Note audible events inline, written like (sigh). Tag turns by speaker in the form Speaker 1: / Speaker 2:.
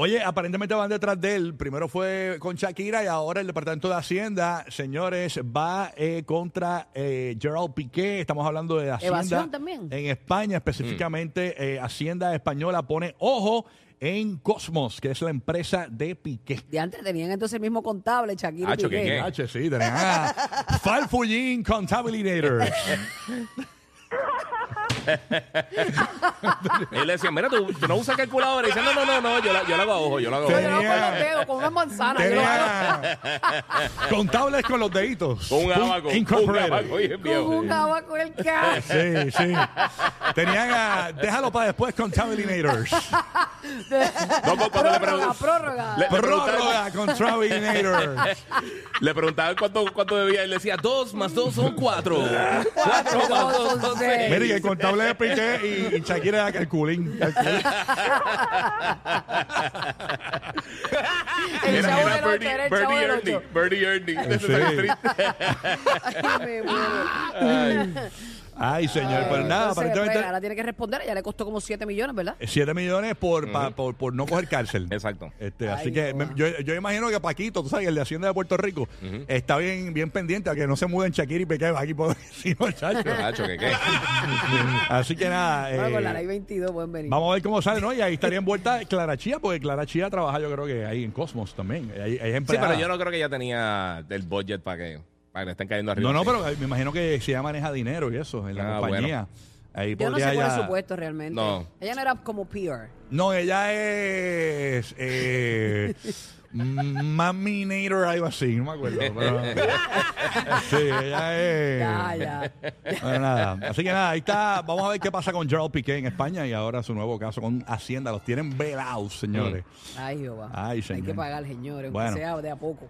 Speaker 1: Oye, aparentemente van detrás de él. Primero fue con Shakira y ahora el Departamento de Hacienda, señores, va eh, contra eh, Gerald Piqué. Estamos hablando de Hacienda
Speaker 2: Evasión también.
Speaker 1: en España, específicamente
Speaker 3: Mm.
Speaker 1: eh, Hacienda Española pone ojo en Cosmos, que es la empresa de Piqué.
Speaker 2: De antes tenían entonces el mismo contable, Shakira. y
Speaker 3: Acho,
Speaker 2: Piqué.
Speaker 3: ¿qué,
Speaker 1: H, sí, tenés
Speaker 3: (laughs)
Speaker 1: a Falfullín Contabilinator.
Speaker 3: Él le decía, mira, tú, tú no usas calculadora. Y dice, no, no, no, no, yo la, yo la hago a ojo, yo la hago a
Speaker 2: Yo lo
Speaker 3: ojo.
Speaker 2: hago con los dedos, con una manzana. yo lo hago
Speaker 1: Tenía contables con los deditos.
Speaker 3: Con un abaco. Un
Speaker 1: Incorporated.
Speaker 3: abaco, oye,
Speaker 2: con
Speaker 3: viejo.
Speaker 2: un abaco en el
Speaker 3: (laughs)
Speaker 2: caso.
Speaker 1: Sí, sí. Tenían a. Déjalo para después con
Speaker 3: (laughs)
Speaker 1: Travelinators.
Speaker 3: No, cu- cuando le,
Speaker 2: Prórroga,
Speaker 3: pregun- (laughs)
Speaker 2: prórroga.
Speaker 3: le- le preguntaban,
Speaker 1: Prórroga con
Speaker 3: (laughs)
Speaker 1: Travelinators.
Speaker 3: le preguntaban cuánto, cuánto debía. Él decía, dos más dos son cuatro. cuatro más dos son seis.
Speaker 1: Mire, y el contable de Piqué y, y Shakira era Calculín. Calculín.
Speaker 2: El
Speaker 3: Era-
Speaker 2: chavo
Speaker 3: era
Speaker 2: del ocho, era el chavo
Speaker 3: Bernie
Speaker 2: del
Speaker 3: Ernie.
Speaker 2: ocho.
Speaker 3: Bernie Ernie. Necessary Street.
Speaker 2: Ay,
Speaker 3: (laughs)
Speaker 2: me muero.
Speaker 1: Ay, señor. Pues nada,
Speaker 2: Entonces, pues,
Speaker 1: aparentemente. Eh,
Speaker 2: ahora tiene que responder. Ya le costó como 7 millones, ¿verdad?
Speaker 1: 7 millones por, pa- por, por no coger cárcel.
Speaker 3: Exacto.
Speaker 1: Este, así que me- yo, yo imagino que Paquito, tú sabes, el de Hacienda de Puerto Rico, está bien, bien pendiente a que no se muden Shakira y Piqué aquí por (laughs) si no, chacho.
Speaker 3: Acho, ¿qué, qué?
Speaker 1: Así que nada.
Speaker 2: Bueno, con la
Speaker 1: eh,
Speaker 2: ley 22 pueden venir.
Speaker 1: Vamos a ver cómo sale, ¿no? Y ahí estaría envuelta Clara Chía, porque Clara Chía trabaja, yo creo que ahí en Cosmos también. Ahí- ahí es
Speaker 3: Sí,
Speaker 1: empleada.
Speaker 3: pero yo no creo que ya tenía el budget para que, para que le estén cayendo arriba.
Speaker 1: No, no,
Speaker 3: así.
Speaker 1: pero me imagino que si ella maneja dinero y eso en la
Speaker 3: Ah,
Speaker 1: compañía. Ahí
Speaker 2: Yo no sé
Speaker 1: podría
Speaker 2: cuál es
Speaker 1: ella-
Speaker 2: su puesto realmente.
Speaker 3: No.
Speaker 2: Ella no era como peer.
Speaker 1: No, ella es. Eh, (laughs) Maminator, algo así, no me acuerdo. pero- (laughs) sí, ella es.
Speaker 2: Ya, ya.
Speaker 1: Eh. Bueno, nada. Así que nada, ahí está. Vamos a ver qué pasa con Gerald Piqué en España y ahora su nuevo caso con Hacienda. Los tienen velados, señores.
Speaker 2: Ay, Jehová.
Speaker 1: Ay,
Speaker 2: Hay
Speaker 1: señor.
Speaker 2: que pagar, señores, aunque
Speaker 1: Bueno.
Speaker 2: sea de a poco.